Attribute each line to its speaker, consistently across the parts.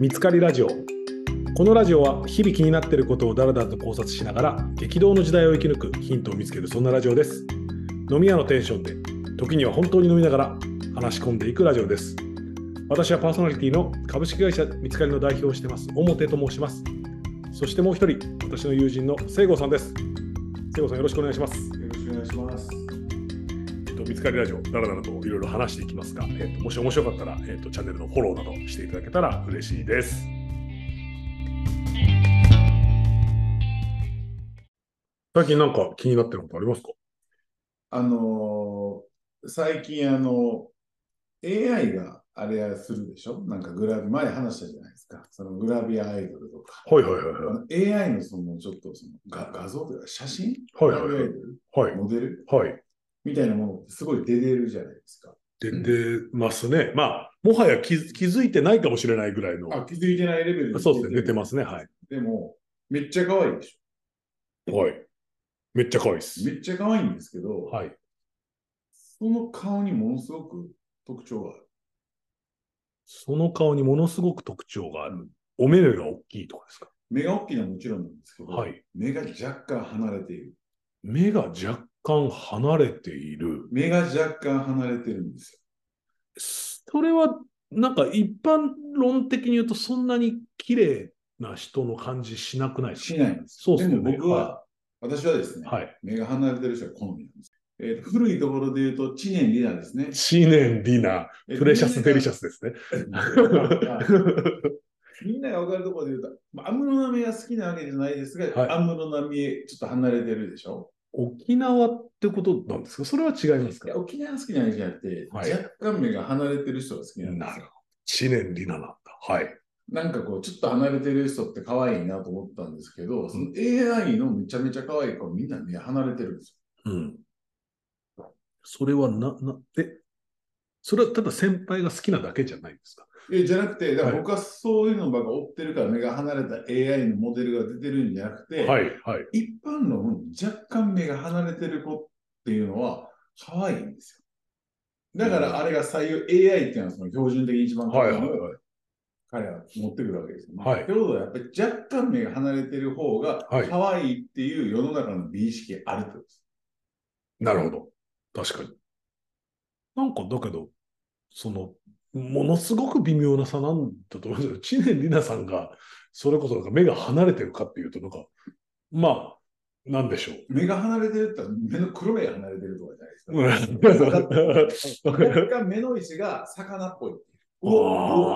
Speaker 1: 見つかりラジオこのラジオは日々気になっていることをだらだらと考察しながら激動の時代を生き抜くヒントを見つけるそんなラジオです飲み屋のテンションで時には本当に飲みながら話し込んでいくラジオです私はパーソナリティの株式会社見つかりの代表をしてます表と申しますそしてもう一人私の友人の西郷さんです西郷さんよろしくお願いします
Speaker 2: よろしくお願いします。
Speaker 1: えっと、見つかりラジオ、だらだらといろいろ話していきますが、えっと、もし面白かったら、えっと、チャンネルのフォローなどしていただけたら嬉しいです。最近なんか気になってることありますか
Speaker 2: あのー最近あの AI があれやするでしょなんかグラビ前話したじゃないですか。そのグラビアアイドルとか。
Speaker 1: はいはいはい
Speaker 2: あの AI のそのちょっとその画画像というか写真
Speaker 1: はい
Speaker 2: グラ
Speaker 1: はい
Speaker 2: ビア
Speaker 1: は
Speaker 2: アイ
Speaker 1: い
Speaker 2: ドル
Speaker 1: はい。
Speaker 2: モデル
Speaker 1: はい。
Speaker 2: みたいなものってすごい出てるじゃないですか。
Speaker 1: 出てますね。まあ、もはや気づ気づいてないかもしれないぐらいの。
Speaker 2: あ、気づいてないレベルで。
Speaker 1: そうですね、出てますすね。はい。
Speaker 2: でも、めっちゃ可愛いでし
Speaker 1: はい。めっちゃ可愛いです
Speaker 2: ょ。。めっちゃ可愛いんですけど、
Speaker 1: はい。
Speaker 2: その顔にものすごく特徴がある。
Speaker 1: その顔にものすごく特徴があ
Speaker 2: う
Speaker 1: る
Speaker 2: ん。
Speaker 1: お目目が大きいとかですか
Speaker 2: 目が大きいのはもちろんなんですけど、
Speaker 1: はい。
Speaker 2: 目が若干離れている。
Speaker 1: 目が若干離れている。
Speaker 2: 目が若干離れてるんです
Speaker 1: それは、なんか一般論的に言うと、そんなに綺麗な人の感じしなくない
Speaker 2: よ。
Speaker 1: です
Speaker 2: し
Speaker 1: か
Speaker 2: ないんです。
Speaker 1: そうですよね
Speaker 2: も僕は、私はですね、
Speaker 1: はい。
Speaker 2: 目が離れてる人は好みなんです。えーと古いところで言うと、知念リナですね。
Speaker 1: 知念リナ、
Speaker 2: えー
Speaker 1: プレシャス・デリシャ
Speaker 2: ス。
Speaker 1: スですね。
Speaker 2: みんなが分かるところで言うと、まあ、安室奈美恵が好きなわけじゃないですが、
Speaker 1: はい
Speaker 2: 安室奈美恵ちょっと離れてるでしょ。
Speaker 1: 沖縄ってことなんですかそれは違います
Speaker 2: い
Speaker 1: か
Speaker 2: や沖縄好きなわけじゃなくて、
Speaker 1: はい
Speaker 2: 若干目が離れてる人が好きなんで
Speaker 1: な
Speaker 2: す
Speaker 1: る
Speaker 2: よ。
Speaker 1: 知念リナなんだ。はい。
Speaker 2: なんかこう、ちょっと離れてる人って可愛いなと思ったんですけど、その AI のめちゃめちゃ可愛い子、みんな目離れてるんですよ。
Speaker 1: うん。それはな、な、え、それはただ先輩が好きなだけじゃないんですか
Speaker 2: えじゃなくて、だか
Speaker 1: は
Speaker 2: ら
Speaker 1: い
Speaker 2: 僕はそういうのばっか追ってるから、目が離れた AI のモデルが出てるんじゃなくて、
Speaker 1: はい、はい。
Speaker 2: 一般論、若干目が離れてる子っていうのは可愛いんですよ。だか
Speaker 1: うん
Speaker 2: らあれが採用 AI っていうのはその標準的に一番
Speaker 1: はい、
Speaker 2: 可
Speaker 1: はい、
Speaker 2: 愛いのを
Speaker 1: はい。
Speaker 2: 彼は持ってくるわけですよ、ね。
Speaker 1: はい
Speaker 2: ってことはやっぱり若干目が離れてる方が
Speaker 1: はい
Speaker 2: 可愛いっていう世の中の美意識あるってことです。
Speaker 1: なるほど。確かに。なんか、だけど、その、ものすごく微妙な差なんだと思うんですよ。知 念里奈さんが、それこそなんか目が離れてるかっていうと、なんか、まあ、なんでしょう。
Speaker 2: 目が離れてるって目の黒目が離れてるとかじゃない ですか。
Speaker 1: うん
Speaker 2: 若干目の位置が魚っぽい。
Speaker 1: あー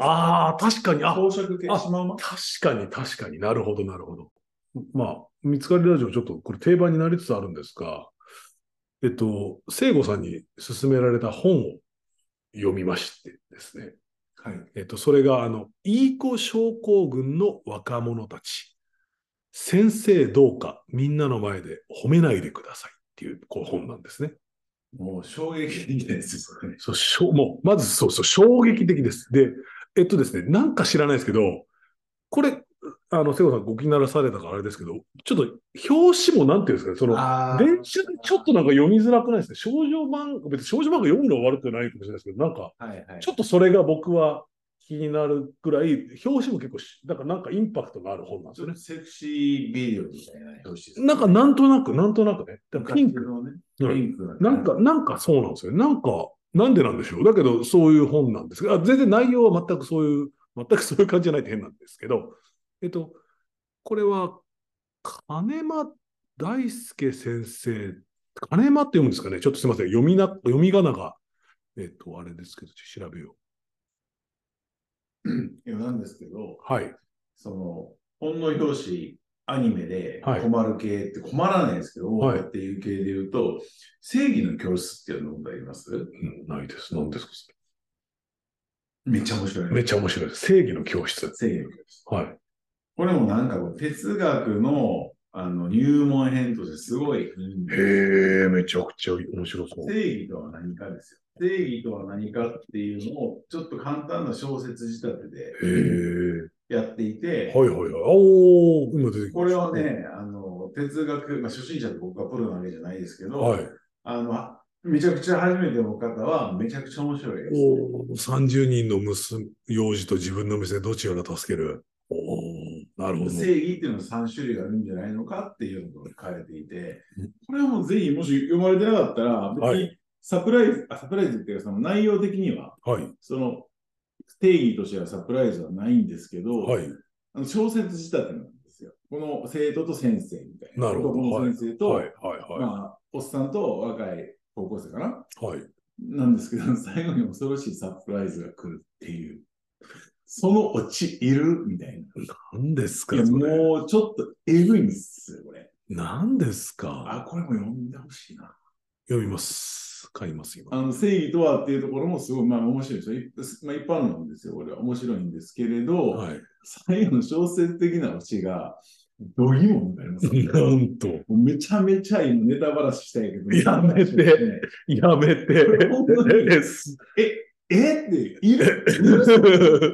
Speaker 1: あー、確かに、あ、
Speaker 2: 宝飾系
Speaker 1: あ
Speaker 2: シマウマ
Speaker 1: 確かに、確かになるほど、なるほど。まあ、見つかりラジオ、ちょっとこれ定番になりつつあるんですが、えっと、聖子さんに勧められた本を読みましてですね、
Speaker 2: はい。
Speaker 1: えっと、それが、あの、いい子症候群の若者たち。先生どうか、みんなの前で褒めないでくださいっていう、こう、本なんですね。
Speaker 2: もう衝撃的ですよ、それ。
Speaker 1: そう、しょもう、まずそうそう、衝撃的です。で、えっとですね、なんか知らないですけど、これ、あの、瀬尾さんご気にならされたからあれですけど、ちょっと表紙もなんていうんですかね、その、
Speaker 2: あ
Speaker 1: 電車でちょっとなんか読みづらくないですか少女漫画、別に少女漫画読むのは悪くないかもしれないですけど、なんか、
Speaker 2: はいはい。
Speaker 1: ちょっとそれが僕は気になるぐらい、表紙も結構し、なんかなんかインパクトがある本なんです
Speaker 2: ちょ
Speaker 1: よね
Speaker 2: っと。セクシービデオみたいな表紙ですね
Speaker 1: なんか、なんとなく、なんとなくね。だからピンク
Speaker 2: 昔のね、
Speaker 1: うん
Speaker 2: ピンクのね
Speaker 1: なん、か、なんかそうなんですよね。なんか、なんでなんでしょう。だけど、そういう本なんですが、あ全然内容は全くそういう、全くそういう感じじゃないと変なんですけど、えっと、これは、金間大輔先生、金間って読むんですかね。ちょっとすみません。読みな、読み仮名が、えっと、あれですけど、調べよ
Speaker 2: いやなんですけど、
Speaker 1: う。はい。
Speaker 2: その、本の表紙、アニメで
Speaker 1: はい
Speaker 2: 困る系って困らないですけど、
Speaker 1: はい
Speaker 2: っていう系で言うと、正義の教室っていうのがあります
Speaker 1: うんないです。何ですかそ
Speaker 2: めっちゃ面白い。
Speaker 1: れめっちゃ面白いです。正義の教室。
Speaker 2: 正義の教室。
Speaker 1: はい。
Speaker 2: これもなんかこう哲学のあの入門編としてすごい、
Speaker 1: へえ、めちゃくちゃ面白そう。
Speaker 2: 正義とは何かですよ。正義とは何かっていうのをちょっと簡単な小説仕立て
Speaker 1: へ
Speaker 2: でやっていて、
Speaker 1: え。はいはいはい。おー、今出てきました。
Speaker 2: これはね、あの哲学、まあ、初心者と僕はプロなわけじゃないですけど、
Speaker 1: はい。
Speaker 2: あのめちゃくちゃ初めての方は、めちゃくちゃ面白いです、ね。
Speaker 1: おお、30人の娘、幼児と自分の娘、どちらが助けるおお、なるほど。
Speaker 2: 正義っていうのは3種類あるんじゃないのかっていうのを書かれていて、これはもうぜひ、もし読まれてなかったら、別
Speaker 1: は
Speaker 2: にサプライズ、あサプライズっていうか、その内容的には、
Speaker 1: はい、
Speaker 2: その定義としてはサプライズはないんですけど、
Speaker 1: はい、
Speaker 2: あの小説仕立てなんですよ。この生徒と先生みたいな。
Speaker 1: なるほど
Speaker 2: 男の先生と、
Speaker 1: はい、はい、
Speaker 2: まあ、おっさんと若い高校生かな
Speaker 1: はい。
Speaker 2: なんですけど、最後に恐ろしいサプライズが来るっていう。そのオチいるみたいな。
Speaker 1: 何ですか
Speaker 2: いや、
Speaker 1: それ
Speaker 2: もうちょっとえぐいんですよ、これ。
Speaker 1: 何ですか
Speaker 2: あ、これも読んでほしいな。
Speaker 1: 読みます。買います、今。
Speaker 2: あの、正義とはっていうところもすごい、まあ面白いですよ。いまあ一般論ですよ、これは。面白いんですけれど、
Speaker 1: はい。
Speaker 2: 最後の小説的なオチが、どぎもになりますよ ね
Speaker 1: なんと、
Speaker 2: もうめちゃめちゃいいネタばらししたいけど。
Speaker 1: やめてやめて
Speaker 2: ほんまに
Speaker 1: です。
Speaker 2: えって、いる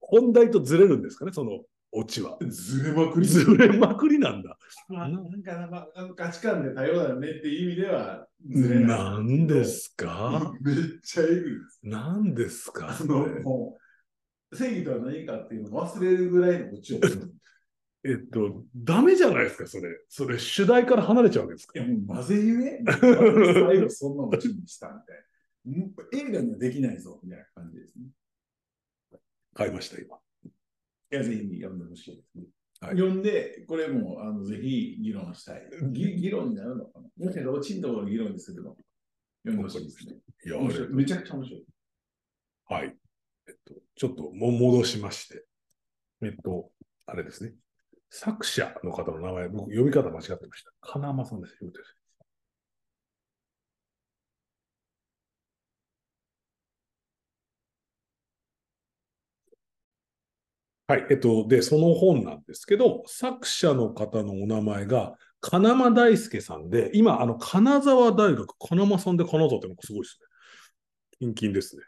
Speaker 1: 本題とずれるんですかね、そのオチは。
Speaker 2: ずれまくり
Speaker 1: ずれまくりなんだ。
Speaker 2: まあ、なんかな、まあ、あの価値観で多様だよねっていう意味では、ずれない。
Speaker 1: 何ですか
Speaker 2: めっちゃえぐいです。
Speaker 1: 何ですか
Speaker 2: あ
Speaker 1: そ
Speaker 2: の、
Speaker 1: れ
Speaker 2: もう、正義とは何かっていうのを忘れるぐらいのオチを。い
Speaker 1: えっと、ダメじゃないですか、それ。それ、主題から離れちゃうわけですか
Speaker 2: や、。もう、なぜゆえなぜ最後そんなオチにしたみたいな。もう映画にはできないぞ、みたいな感じですね。
Speaker 1: 買いました、今。
Speaker 2: いや、ぜひ読んでほしいですね。
Speaker 1: はい
Speaker 2: 読んで、これもあのぜひ議論したい。 ぎ議論になるのかなもしかしたら落ちんところで議論ですけど、読んでほしいですね。
Speaker 1: いや、
Speaker 2: 面白いめちゃくちゃ面白い。
Speaker 1: はい。えっと、ちょっとも戻しまして。えっと、あれですね。作者の方の名前、僕、読み方間違ってました。金山さんです。読んでくださいはい。えっと、で、その本なんですけど、作者の方のお名前が、金間大輔さんで、今、あの、金沢大学、金間さんで金沢ってなんかすごいですね。近々ですね。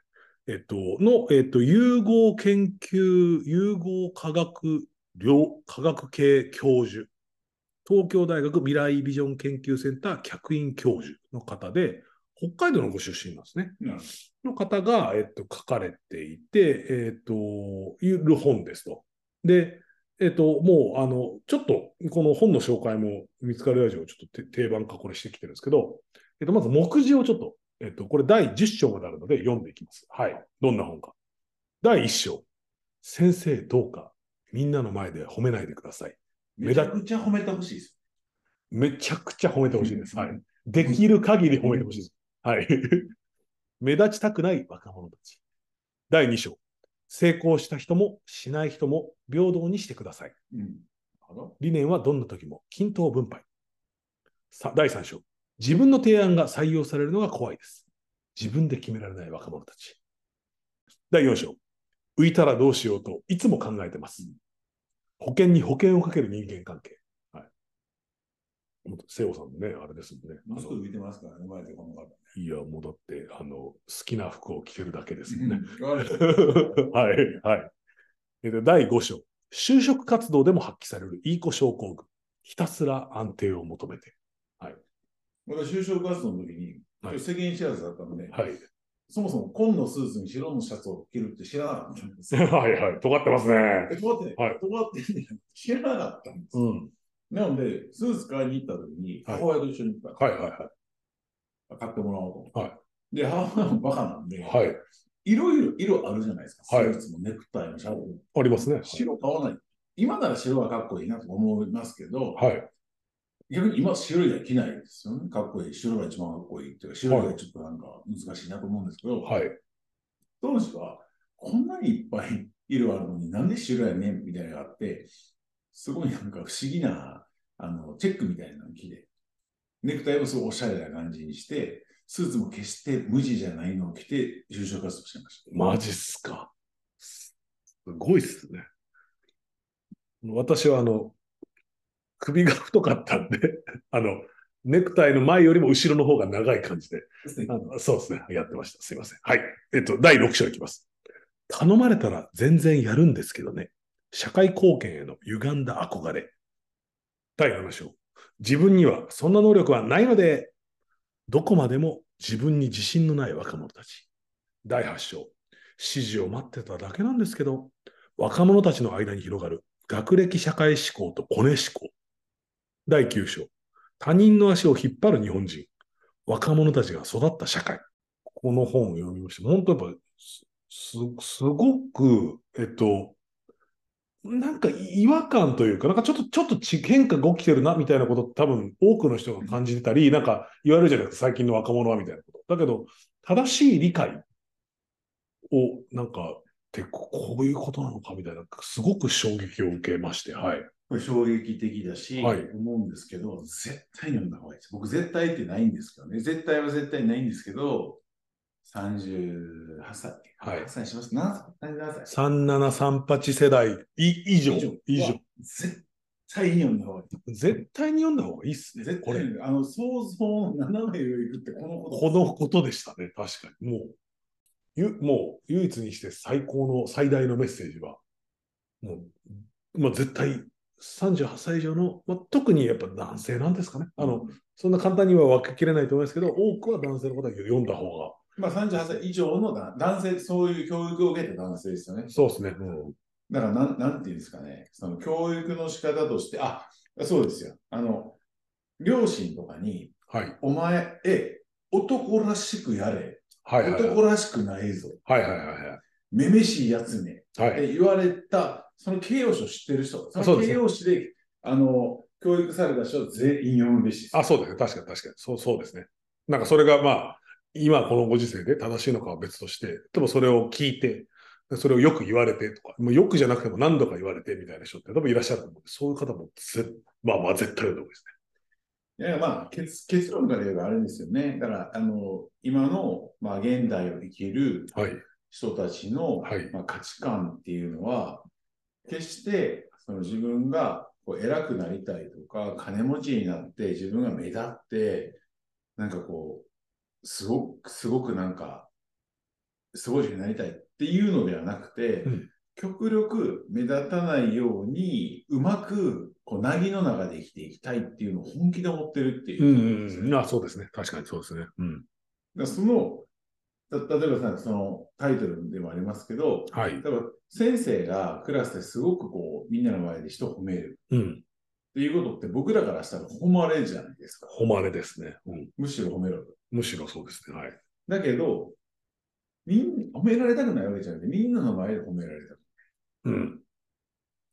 Speaker 1: えっと、の、えっと、融合研究、融合科学量、科学系教授、東京大学未来ビジョン研究センター客員教授の方で、北海道のご出身なんですね。
Speaker 2: うん
Speaker 1: の方が、えっと、書かれていて、えっと、いう本ですと。で、えっと、もう、あの、ちょっと、この本の紹介も見つかるラジオ、ちょっとて定番化これしてきてるんですけど、えっと、まず目次をちょっと、えっと、これ第10章まであるので読んでいきます。はい。どんな本か。第1章。先生どうか、みんなの前で褒めないでください。目
Speaker 2: めち
Speaker 1: 立
Speaker 2: ゃくちゃ褒めてほしいです。
Speaker 1: めちゃくちゃ褒めてほしいです。はい。できる限り褒めてほしいです。はい。 目立ちたくない若者たち。第2章。成功した人もしない人も平等にしてください。
Speaker 2: うん。あの
Speaker 1: 理念はどんな時も均等分配。さ第3章。自分の提案が採用されるのが怖いです。自分で決められない若者たち。第4章。浮いたらどうしようといつも考えてます。保険に保険をかける人間関係。はい。本当瀬尾さんもね、あれですもんね。
Speaker 2: もう
Speaker 1: あ
Speaker 2: す
Speaker 1: の
Speaker 2: ぐ浮いてますからね、前でこの方。
Speaker 1: いや、もうだって、あの、好きな服を着てるだけですもんね。
Speaker 2: う ん
Speaker 1: はい、はい。えっと第5章。就職活動でも発揮されるいい子症候群。ひたすら安定を求めて。
Speaker 2: 私、就職活動の時に、
Speaker 1: はい
Speaker 2: 世間知らずだったので、
Speaker 1: はい。
Speaker 2: そもそも紺のスーツに白のシャツを着るって知らなかったんですよ。
Speaker 1: はいはい。尖ってますね。
Speaker 2: え、どうやって、
Speaker 1: はい
Speaker 2: どうやってね、知らなかったんですよ。
Speaker 1: うん。
Speaker 2: なので、スーツ買いに行った時に、
Speaker 1: はい
Speaker 2: 母親と一緒に行った、
Speaker 1: はいは
Speaker 2: 買ってもらおうと思って。
Speaker 1: は
Speaker 2: で、母親もバカなんで、
Speaker 1: いはい。はい。
Speaker 2: いろいろ色あるじゃないですか。ス
Speaker 1: はい
Speaker 2: ーツもネクタイもシャツも。
Speaker 1: ありますね。
Speaker 2: 白買わない。今なら白はかっこいいなと思いますけど、
Speaker 1: はい。
Speaker 2: 逆に今白いは着ないですよね。かっこいい。白が一番かっこいいっていうか、白がちょっとなんか難しいなと思うんですけど、
Speaker 1: はい。
Speaker 2: 当時はこんなにいっぱい色あるのになんで白やねんみたいなのがあって、すごいなんか不思議なあのチェックみたいなの着て、ネクタイもすごいおしゃれな感じにして、スーツも決して無地じゃないのを着て就職活動してました。
Speaker 1: マジっすか。すごいっすね。私はあの、首が太かったんで、 あの、ネクタイの前よりも後ろの方が長い感じで、
Speaker 2: ですね
Speaker 1: あのそうですね。やってました。すいません。はい。えっと、第6章いきます。頼まれたら全然やるんですけどね。社会貢献への歪んだ憧れ。第7章。自分にはそんな能力はないので、どこまでも自分に自信のない若者たち。第8章、指示を待ってただけなんですけど、若者たちの間に広がる学歴社会志向とコネ志向。第9章、他人の足を引っ張る日本人。若者たちが育った社会。この本を読みました。本当やっぱ、す、すすごく、えっと、なんか違和感というか、なんかちょっと、ちょっとち変化が起きてるな、みたいなこと多分多くの人が感じてたり、なんか言われるじゃないですか、最近の若者はみたいなこと。だけど、正しい理解を、なんか、てここういうことなのかみたいな、すごく衝撃を受けまして、はい。
Speaker 2: これ衝撃的だし、
Speaker 1: はい
Speaker 2: 思うんですけど、絶対に読んだ方がいいです。僕、絶対ってないんですけどね。絶対は絶対ないんですけど、38歳。
Speaker 1: はい
Speaker 2: 8歳します。何歳 ?37 歳。
Speaker 1: 3738世代い以上、以上。
Speaker 2: 絶対に読んだ方がいい。
Speaker 1: 絶対に読んだ方がいいっすね、
Speaker 2: 絶
Speaker 1: こ
Speaker 2: 対
Speaker 1: れ。
Speaker 2: に、あの、想像の斜め上行くってこのこと。
Speaker 1: このことでしたね、確かに。もう、ゆもう唯一にして最高の、最大のメッセージは、もう、まあ、絶対、38歳以上の、まあ、特にやっぱ男性なんですかね。あの、そんな簡単には分けきれないと思いますけど、多くは男性の方が読んだ方が。
Speaker 2: まあ、38歳以上の男男性、そういう教育を受けた男性ですよね。
Speaker 1: そうですね。うん
Speaker 2: だからなん、なんていうんですかね、その教育の仕方として、あ、そうですよ。あの、両親とかに、
Speaker 1: はい。
Speaker 2: お前、え、男らしくやれ。
Speaker 1: はいはいはい。
Speaker 2: 男らしくないぞ。
Speaker 1: はいはいはいはい。
Speaker 2: めめしいやつめ。
Speaker 1: はい
Speaker 2: って言われた、その形容詞を知ってる人、そ
Speaker 1: そう
Speaker 2: の
Speaker 1: で
Speaker 2: 形
Speaker 1: すね
Speaker 2: 容詞で、あの、教育された人全員読むべしです。
Speaker 1: あ、そうですね。確かに確かに。そうそうですね。なんかそれがまあ、今このご時世で正しいのかは別として、でもそれを聞いて、それをよく言われてとか、もうよくじゃなくても何度か言われてみたいな人って多分いらっしゃると思うんで、そういう方もぜまあまあ絶対いると思います
Speaker 2: いや、まあ、結結論から言えばあれですよね。だから、あの、今の、まあ、現代を生きる
Speaker 1: ね。はい。
Speaker 2: 人たちの、
Speaker 1: はい
Speaker 2: まあ、価値観っていうのは、決してその自分がこう偉くなりたいとか、金持ちになって、自分が目立って、なんかこう、すごく、すごくなんか、すごい人になりたいっていうのではなくて、
Speaker 1: うん
Speaker 2: 極力目立たないように、うまく、こう、なぎの中で生きていきたいっていうのを本気で思ってるっていうう。
Speaker 1: ん、うん。あ、そうですね。確かにそうですね。うん。
Speaker 2: だからその、た例えばさ、そのタイトルでもありますけど、
Speaker 1: はい。
Speaker 2: 例えば先生がクラスですごくこうみんなの前で人を褒める
Speaker 1: うん。
Speaker 2: っていうことって僕らからしたら誉れじゃないですか。
Speaker 1: 誉れですね。うん。
Speaker 2: むしろ褒めろと。
Speaker 1: むしろそうですね。はい。
Speaker 2: だけど、みん褒められたくないわけじゃなくて、みんなの前で褒められたく
Speaker 1: うん。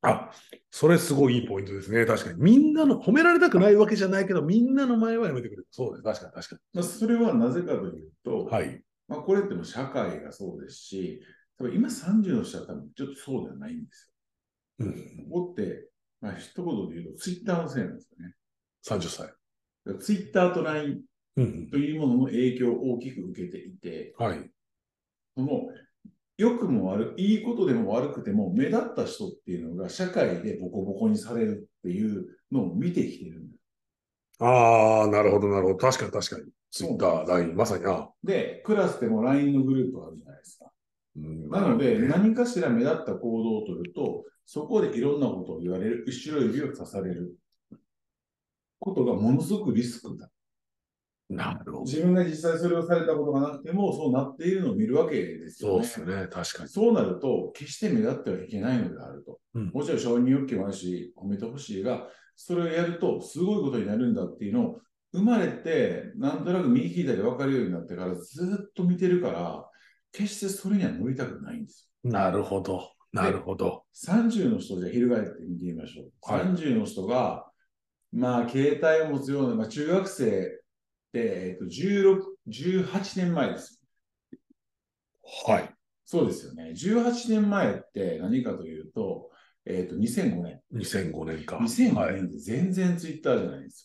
Speaker 1: あ、それすごいいいポイントですね。確かに。みんなの、褒められたくないわけじゃないけど、みんなの前はやめてくれる。そうです。確かに確
Speaker 2: まあ、それはなぜかというと、
Speaker 1: かに。はい。
Speaker 2: まあ、これってもう社会がそうですし、多分今30の人は多分ちょっとそうではないんです
Speaker 1: うん。
Speaker 2: よ。ここって、まあ一言で言うと、ツイッターのせいなんですよね。
Speaker 1: 30歳。
Speaker 2: だからツイッターと LINE
Speaker 1: うん。
Speaker 2: というものの影響を大きく受けていて、
Speaker 1: はい。
Speaker 2: その良くも悪い、いいことでも悪くても、目立った人っていうのが社会でボコボコにされるっていうのを見てきてるんだよ。
Speaker 1: ああ、なるほど、なるほど。確かに確かに。ツイッタ
Speaker 2: そう
Speaker 1: ー、LINE、まさに。あ
Speaker 2: で、クラスでも LINE のグループあるじゃないですか。
Speaker 1: うん
Speaker 2: なので、
Speaker 1: ね
Speaker 2: 何かしら目立った行動をとると、そこでいろんなことを言われる、後ろ指を刺されることがものすごくリスクだ。
Speaker 1: なるほど。
Speaker 2: 自分が実際それをされたことがなくても、そうなっているのを見るわけです
Speaker 1: そ
Speaker 2: よ
Speaker 1: う
Speaker 2: ね。
Speaker 1: ですね。確かに。
Speaker 2: そうなると、決して目立ってはいけないのであると。
Speaker 1: うん
Speaker 2: もちろん承認欲求もあるし、褒めてほしいが、それをやるとすごいことになるんだっていうのを、生まれて、なんとなく右左分かるようになってからずっと見てるから、決してそれには乗りたくないんです
Speaker 1: なるほど。なるほど。
Speaker 2: よ。30の人じゃ翻って見てみましょう。
Speaker 1: はい
Speaker 2: 30の人が、まあ、携帯を持つような、まあ、中学生で、えっと、16、18年前です。
Speaker 1: はい。
Speaker 2: そうですよね。18年前って何かというと、えっ、と、2005年。
Speaker 1: 2005年か。
Speaker 2: 2005
Speaker 1: はい。
Speaker 2: 年って全然ツイッターじゃないんです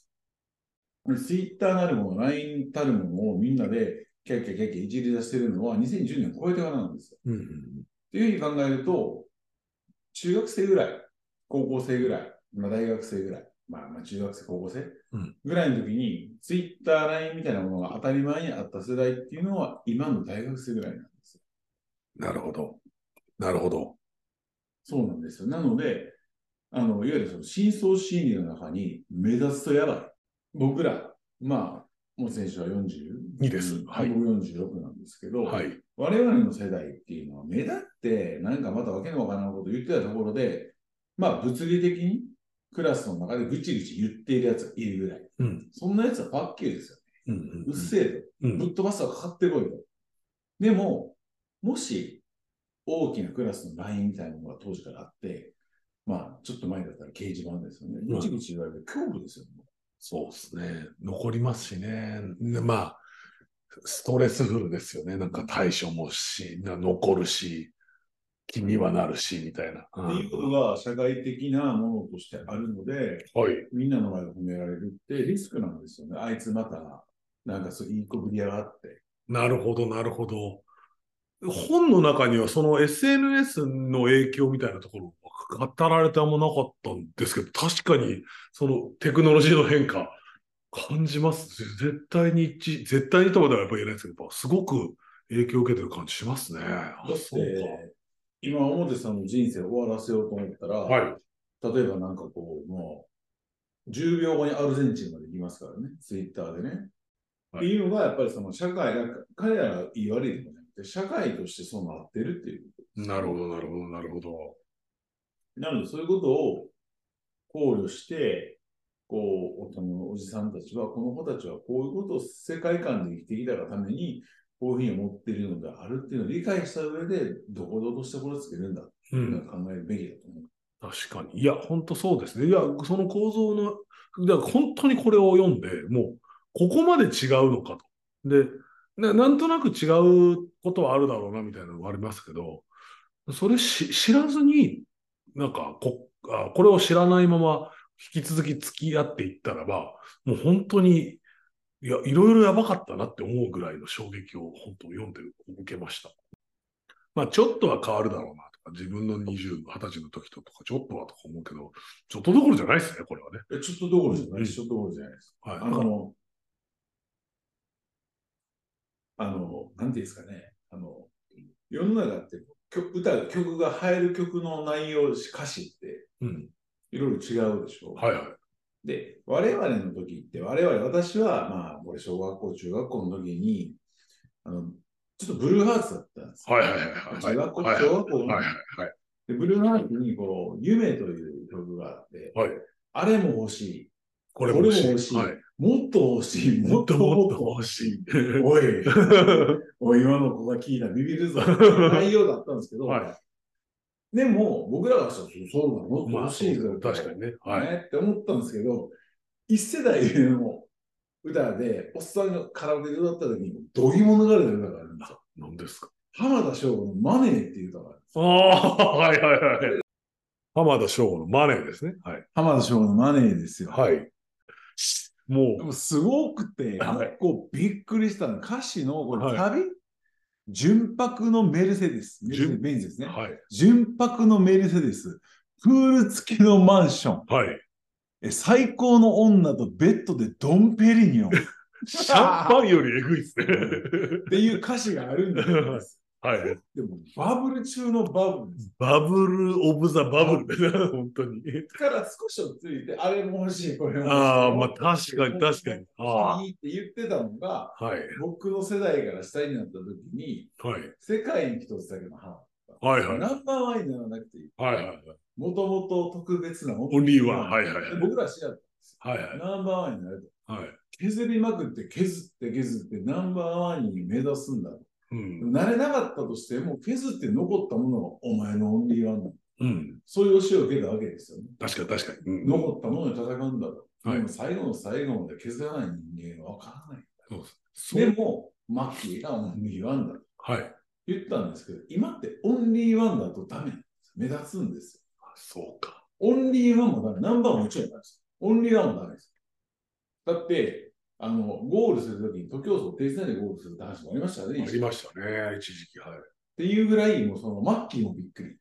Speaker 2: よ。ツイッターなるもの、LINE たるものをみんなでキャッキャキャッキャいじり出してるのは2010年超えてからなんですよ。
Speaker 1: うんうん。
Speaker 2: っていうふうに考えると、中学生ぐらい、高校生ぐらい、まあ、大学生ぐらい、まあ、まあ中学生、高校生
Speaker 1: うん
Speaker 2: ぐらいの時に、ツイッター、LINE みたいなものが当たり前にあった世代っていうのは今の大学生ぐらいなんですよ
Speaker 1: なるほど。なるほど。
Speaker 2: そうなんですよ。なので、あのいわゆるその深層心理の中に目立つとやばい。僕ら、まあ、もう選手は42
Speaker 1: 2です
Speaker 2: は、
Speaker 1: はいい
Speaker 2: 僕46なんですけど、
Speaker 1: はい。
Speaker 2: 我々の世代っていうのは目立ってなんかまたわけのわからないこと言ってたところで、まあ物理的にクラスの中でぐちぐち言っているやつがいるぐらい。
Speaker 1: うん。
Speaker 2: そんなやつはパッケージですよ。
Speaker 1: うん
Speaker 2: うっせえと。
Speaker 1: うん。うん
Speaker 2: ぶっ飛ばすはかかってこいと。でも、もし、大きなクラスの LINE みたいなのが当時からあって、まあ、ちょっと前だったら掲示板ですよね。
Speaker 1: うん
Speaker 2: ぐちぐち言われて恐怖ですよ、
Speaker 1: そうですね。残りますしね。でまあ、ストレスフルですよね。なんか対処もし、な残るし、気にはなるし、みたいな。うん
Speaker 2: っていうことが社会的なものとしてあるので、
Speaker 1: はい。
Speaker 2: みんなの前で褒められるってリスクなんですよね。あいつまた、なんかそういい子ぶりやがって。
Speaker 1: なるほど、なるほど。本の中にはその SNS の影響みたいなところが語られてあんまなかったんですけど、確かにそのテクノロジーの変化感じます。絶対に一致、絶対にとまではやっぱ言えないですけど、やっぱすごく影響を受けてる感じしますね。あ
Speaker 2: だって、今、表さんの人生を終わらせようと思ったら、
Speaker 1: か。はい。
Speaker 2: 例えばなんかこう、もう、10秒後にアルゼンチンまで行きますからね、ツイッターでね。
Speaker 1: はい
Speaker 2: っていうのが、やっぱりその社会が、彼らが言い悪いとかじゃなくて、社会としてそうなってるっていう。
Speaker 1: なるほど、なるほど、なるほど。
Speaker 2: なので、そういうことを考慮して、こう、大人のおじさんたちは、この子たちはこういうことを世界観で生きてきたがために、こういうふうに思っているのであるっていうのを理解した上で、どこどこしてこれつけるんだっ
Speaker 1: う、
Speaker 2: ていうんのを考えるべきだと思う。
Speaker 1: 確かに。いや、本当そうですね。いや、その構造の、だから本当にこれを読んで、もう、ここまで違うのかと。で、ななんとなく違うことはあるだろうな、みたいなのがありますけど、それし知らずに、なんかこあ、これを知らないまま、引き続き付き合っていったらば、もう本当に、いや、いろいろやばかったなって思うぐらいの衝撃を本当読んで受けました。まあ、ちょっとは変わるだろうなとか、自分の20、20歳の時ととか、ちょっとはとか思うけど、ちょっとどころじゃないですね、これはね。
Speaker 2: えちょっとどころじゃな
Speaker 1: うん
Speaker 2: い、ちょっとどころじゃないです。
Speaker 1: はい。
Speaker 2: あの、あの、なんていうんですかね、あの、世の中って曲歌う曲が入る曲の内容、歌詞って
Speaker 1: うん。
Speaker 2: いろいろ違うでしょ。
Speaker 1: はいはい。
Speaker 2: で、我々の時って、我々、私は、まあ、俺、小学校、中学校の時に、あの、ちょっとブルーハーツだったんですよ。
Speaker 1: はいはいはいはい。
Speaker 2: 中学校、
Speaker 1: はい
Speaker 2: 小学校の、
Speaker 1: はいはいはい。
Speaker 2: で、ブルーハーツに、こう、夢という曲があって、
Speaker 1: はい
Speaker 2: あれも欲しい、
Speaker 1: これも欲しい。
Speaker 2: これも欲しい
Speaker 1: はい
Speaker 2: もっと欲しい、
Speaker 1: もっともっと欲しい。
Speaker 2: おい、おい、今の子が聞いたらビビるぞ。内容だったんですけど、
Speaker 1: は
Speaker 2: でも、僕らがしたらそうなのもっ
Speaker 1: い。
Speaker 2: と
Speaker 1: まあ、
Speaker 2: 欲しいぞ、
Speaker 1: 確かにね。はい。
Speaker 2: ねって思ったんですけど、一世代の歌で、おっさんがカラオケで歌った時に、どぎも流れてる歌があるんですよ。
Speaker 1: 何ですか
Speaker 2: 浜田省吾のマネーっていう歌があるんです
Speaker 1: ああ、はいはいはい。浜田省吾のマネーですね。はい。
Speaker 2: 浜田省吾のマネーですよ
Speaker 1: はい。も
Speaker 2: で
Speaker 1: う、
Speaker 2: もすごくて、
Speaker 1: はい
Speaker 2: 結構びっくりしたの。歌詞のこ
Speaker 1: はい
Speaker 2: れ、旅、純白のメルセデス。メルセデス
Speaker 1: 純
Speaker 2: ベンツですね。
Speaker 1: はい。
Speaker 2: 純白のメルセデス。プール付きのマンション。
Speaker 1: はい。
Speaker 2: え最高の女とベッドでドンペリニオン。っ
Speaker 1: シャンパンよりえぐいですね。
Speaker 2: ていう歌詞があるんです。
Speaker 1: はい。
Speaker 2: でも、バブル中のバブルです。
Speaker 1: バブル・オブ・ザ・バブル だな、本当に。
Speaker 2: から少しをついて、あれも欲しい、これも欲しい。
Speaker 1: ああ、まあ確かに確かに。あ
Speaker 2: いいって言ってたのが、
Speaker 1: あ、はい、
Speaker 2: 僕の世代から下になった時に、
Speaker 1: はい、
Speaker 2: 世界に一つだけの花。
Speaker 1: はい、はい、
Speaker 2: ナンバーワンにならなくていい。
Speaker 1: はい、はい。
Speaker 2: もともと特別な
Speaker 1: オンリーワン、はい、はい、はい
Speaker 2: で、僕らは知らなかっ
Speaker 1: はい、
Speaker 2: た。ナンバーワンになると。
Speaker 1: はい。
Speaker 2: 削りまくって削って削ってナンバーワンに目指すんだ。
Speaker 1: う
Speaker 2: で
Speaker 1: ん、
Speaker 2: も慣れなかったとしても削って残ったものがお前のオンリーワンだ。
Speaker 1: うん、
Speaker 2: そういう教えを受けたわけですよね。
Speaker 1: 確かに確かに。うん
Speaker 2: 残ったものに戦うんだと。
Speaker 1: はい
Speaker 2: でも最後の最後まで削らない人間はわからない。
Speaker 1: そ
Speaker 2: で
Speaker 1: う
Speaker 2: も、マッキーがオンリーワンだと
Speaker 1: はい。
Speaker 2: 言ったんですけど、今ってオンリーワンだとダメなんです。目立つんですよ。
Speaker 1: そうか。
Speaker 2: オンリーワンもダメ。ナンバーワンもちろんダメです。オンリーワンもダメです。だって、あの、ゴールするときに徒競走停止線でゴールするって話もありましたよね。
Speaker 1: ありましたね、一時期。はい。
Speaker 2: っていうぐらい、もうそのマッキーもびっくり。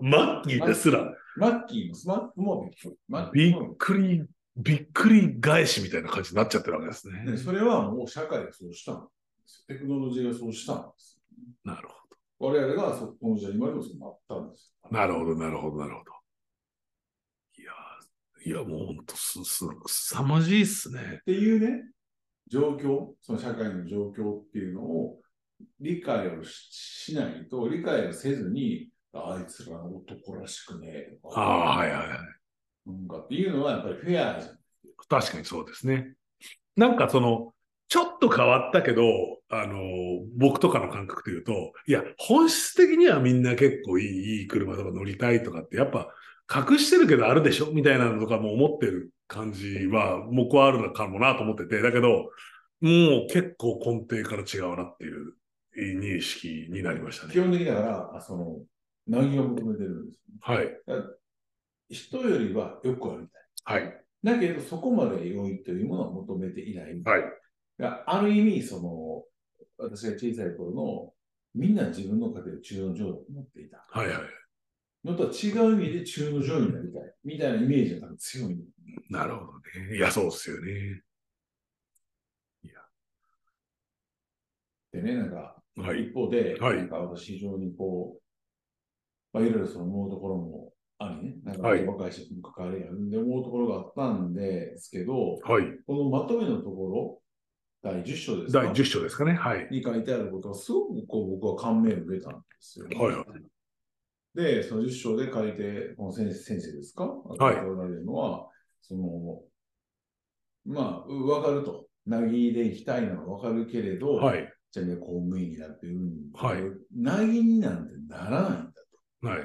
Speaker 1: マッキーですら、
Speaker 2: マッキーもスマップもびっくり。マッキ
Speaker 1: び
Speaker 2: ー
Speaker 1: っ
Speaker 2: も
Speaker 1: くり、びっくり返しみたいな感じになっちゃってるわけですね。
Speaker 2: ね、それはもう社会がそうしたんですよ。テクノロジーがそうしたんですよ。
Speaker 1: なるほ
Speaker 2: 我々がそこの時代にまでもそうなったんですよ。
Speaker 1: ど。なるほど、なるほど、なるほど。いやー、いや、もう本当す、す、すさまじいっすね。
Speaker 2: っていうね、状況、その社会の状況っていうのを理解をししないと、理解をせずに、あいつら男らしくねえと
Speaker 1: あ
Speaker 2: か、
Speaker 1: あ、はいはいはい。
Speaker 2: なんかっていうのはやっぱりフェアじゃん。
Speaker 1: 確かにそうですね。なんかその、ちょっと変わったけど、あの、僕とかの感覚というと、いや、本質的にはみんな結構いい、いい車とか乗りたいとかって、やっぱ隠してるけどあるでしょみたいなのとかも思ってる感じは、僕はあるのかもなと思ってて、だけど、もう結構根底から違うなっていう認識になりました
Speaker 2: 基
Speaker 1: ね。
Speaker 2: 本的にだから、あその、何を求めてるんですよね
Speaker 1: はい。
Speaker 2: 人よりはよくあるみたい。
Speaker 1: はい。
Speaker 2: だけど、そこまで良いというものは求めていない。
Speaker 1: はい。
Speaker 2: いやある意味、その、私が小さい頃の、みんな自分の家庭を中の上だと思っていた。
Speaker 1: はいはい。
Speaker 2: のとは違う意味で中の上になりたい。みたいなイメージが多分強い。
Speaker 1: なるほどね。いや、そうですよね。
Speaker 2: でね、なんか、
Speaker 1: はい。
Speaker 2: 一方で、
Speaker 1: はい
Speaker 2: なんか私非常にこう、まあ、いろいろその思うところもありね、なんか
Speaker 1: はい
Speaker 2: 若い人に関わりがあるんで思うところがあったんですけど、
Speaker 1: はい。
Speaker 2: このまとめのところ、第10章ですか
Speaker 1: 第10章ですかね。はい。
Speaker 2: に書いてあることがすごくこう僕は感銘を受けたんですよ。
Speaker 1: はいはい
Speaker 2: で、その10章で書いて、この先先生ですか
Speaker 1: い
Speaker 2: 書いておられるのは、その、まあ、うわかると。なぎで行きたいのはわかるけれど、
Speaker 1: はい。
Speaker 2: じゃあね、公務員になって、うん。
Speaker 1: はい
Speaker 2: なぎになんてならないんだと。
Speaker 1: はい。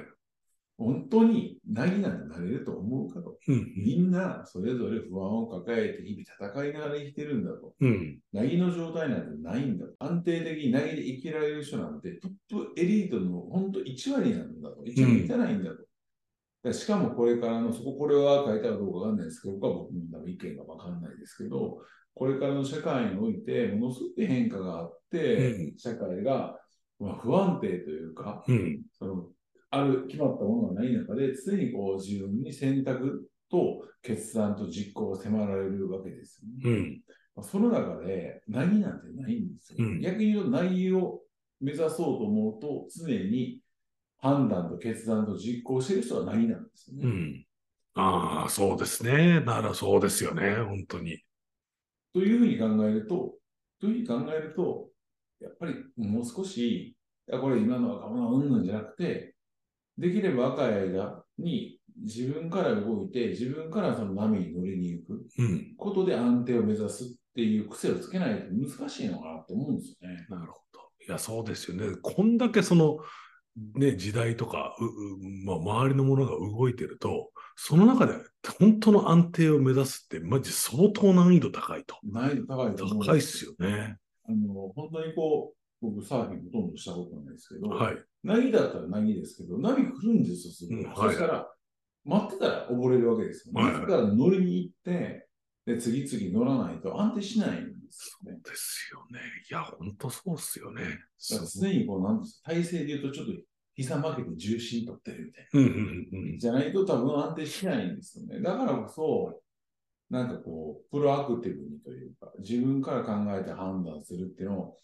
Speaker 2: 本当に、なぎなんてなれると思うかと。
Speaker 1: うん。
Speaker 2: みんな、それぞれ不安を抱えて、日々戦いながら生きてるんだと。
Speaker 1: うん。
Speaker 2: なぎの状態なんてないんだ。安定的になぎで生きられる人なんてトップエリートの本当1割なんだと。1割いかないんだと。でしかもこれからの、そここれは書いてあるかどうかわかんないですけど、僕は僕の多分意見がわかんないですけど、これからの社会において、ものすごく変化があって、
Speaker 1: う
Speaker 2: 社会がまあ不安定というか、
Speaker 1: うん。
Speaker 2: そのある決まったものがない中で、常にこう自分に選択と決断と実行を迫られるわけですよね。
Speaker 1: うん。
Speaker 2: まあその中で、何なんてないんですよ。
Speaker 1: うん
Speaker 2: 逆に言うと、内容を目指そうと思うと、常に判断と決断と実行してる人は何なんですよね。
Speaker 1: うん。ああ、そうですね。ならそうですよね。本当に。
Speaker 2: というふうに考えると、というふうに考えると、やっぱりもう少し、いやこれ今の若者うんぬんじゃなくて、できれば若い間に自分から動いて、自分からその波に乗りに行く
Speaker 1: うん。
Speaker 2: ことで安定を目指すっていう癖をつけないと難しいのかなと思うんですよね。
Speaker 1: なるほど。いや、そうですよね。こんだけその、ね、時代とか、ううまあ、周りのものが動いてると、その中で本当の安定を目指すって、マジ相当難易度高いと。
Speaker 2: 難易度高いと思うん
Speaker 1: 高いっすよね。
Speaker 2: あの、本当にこう、僕サーフィンほとんどしたことないですけど、
Speaker 1: はい。
Speaker 2: ナギだったらナギですけど、ナギ来るんですよ、すぐ。
Speaker 1: うんはい
Speaker 2: そしたら、待ってたら溺れるわけですよ、ね。
Speaker 1: はい
Speaker 2: 自ら乗りに行って、で、次々乗らないと安定しないんですよね。
Speaker 1: ですよね。いや、本当そうっすよね。
Speaker 2: だから常にこう、なんですか、体勢で言うとちょっと膝負けて重心取ってるみたいな。
Speaker 1: うんうんうんうん。
Speaker 2: じゃないと多分安定しないんですよね。だからこそ、なんかこう、プロアクティブにというか、自分から考えて判断するっていうのを、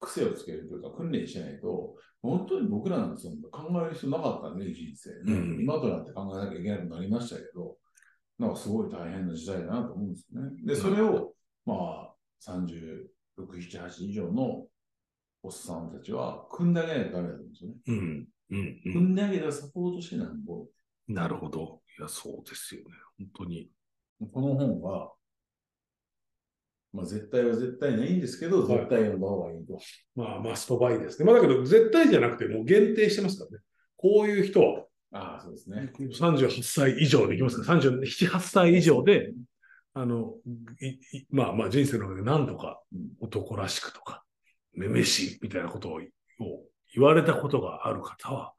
Speaker 2: 癖をつけるというか、訓練しないと、本当に僕らのその考える人なかったね、人生ね、
Speaker 1: うん
Speaker 2: 今となって考えなきゃいけなくなりましたけど、なんかすごい大変な時代だなと思うんですよね。で、それを、まあ、36、7、8以上のおっさんたちは、組んであげないとダメだと思うんですよね。
Speaker 1: うんうんうん。
Speaker 2: 組んであげたサポートしてなんぼ、
Speaker 1: なるほど。いや、そうですよね。本当に。
Speaker 2: この本は、まあ、絶対は絶対ないんですけど、
Speaker 1: はい
Speaker 2: 絶対読んだ方がいいと。
Speaker 1: まあ、マストバイですね。まあ、だけど、絶対じゃなくて、もう限定してますからね。こういう人は、
Speaker 2: ああ、そうですね。
Speaker 1: 38歳以上でいきますから、37、8歳以上で、あの、いいまあまあ、人生の中で何とか
Speaker 2: うん
Speaker 1: 男らしくとか、めめしいみたいなことをを言われたことがある方は、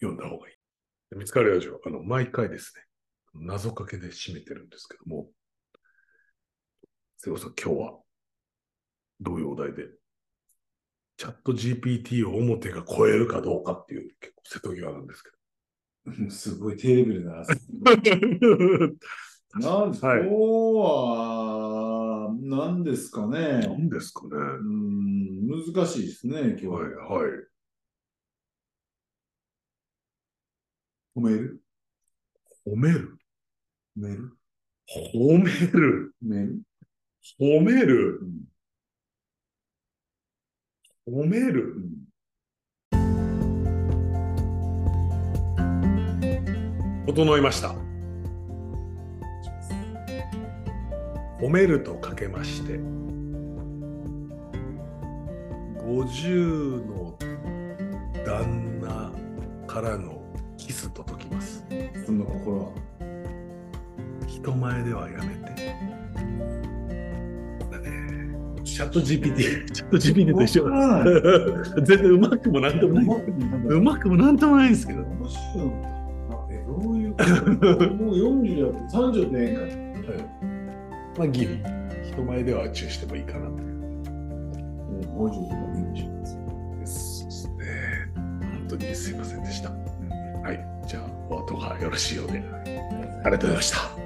Speaker 1: 読んだ方がいい。で見つかるラジオ、あの、毎回ですね、謎かけで締めてるんですけども、瀬尾さん、今日は、どういうお題で、チャット GPT を表が超えるかどうかっていう、結構瀬戸際なんですけど。
Speaker 2: すごい低レベルな。なんで す、
Speaker 1: はい
Speaker 2: 今日は、何ですか ね。
Speaker 1: 何ですかね。
Speaker 2: うーん、難しいですね、今日
Speaker 1: はい
Speaker 2: は。
Speaker 1: はい。
Speaker 2: 褒める
Speaker 1: 褒める。
Speaker 2: 褒める
Speaker 1: 褒める。
Speaker 2: 褒める
Speaker 1: 褒める褒
Speaker 2: うん。
Speaker 1: める
Speaker 2: うん
Speaker 1: 整いました。褒めるとかけまして50の旦那からのキスと解きます
Speaker 2: その心は。
Speaker 1: 人前ではやめてだねチャット GPT チャット GPT と一緒だ
Speaker 2: わから
Speaker 1: 全然うまくもなんともない
Speaker 2: な
Speaker 1: うまくもなんともないんですけど
Speaker 2: 面白いな。え、どういうこともう40だと30でええんか。
Speaker 1: まあギリ人前では注してもいいかな
Speaker 2: もう50とかでいいんでしょ
Speaker 1: ですね。本当にすいませんでした。はい。じゃあ、お後がよろしいようで。ありがとうございました。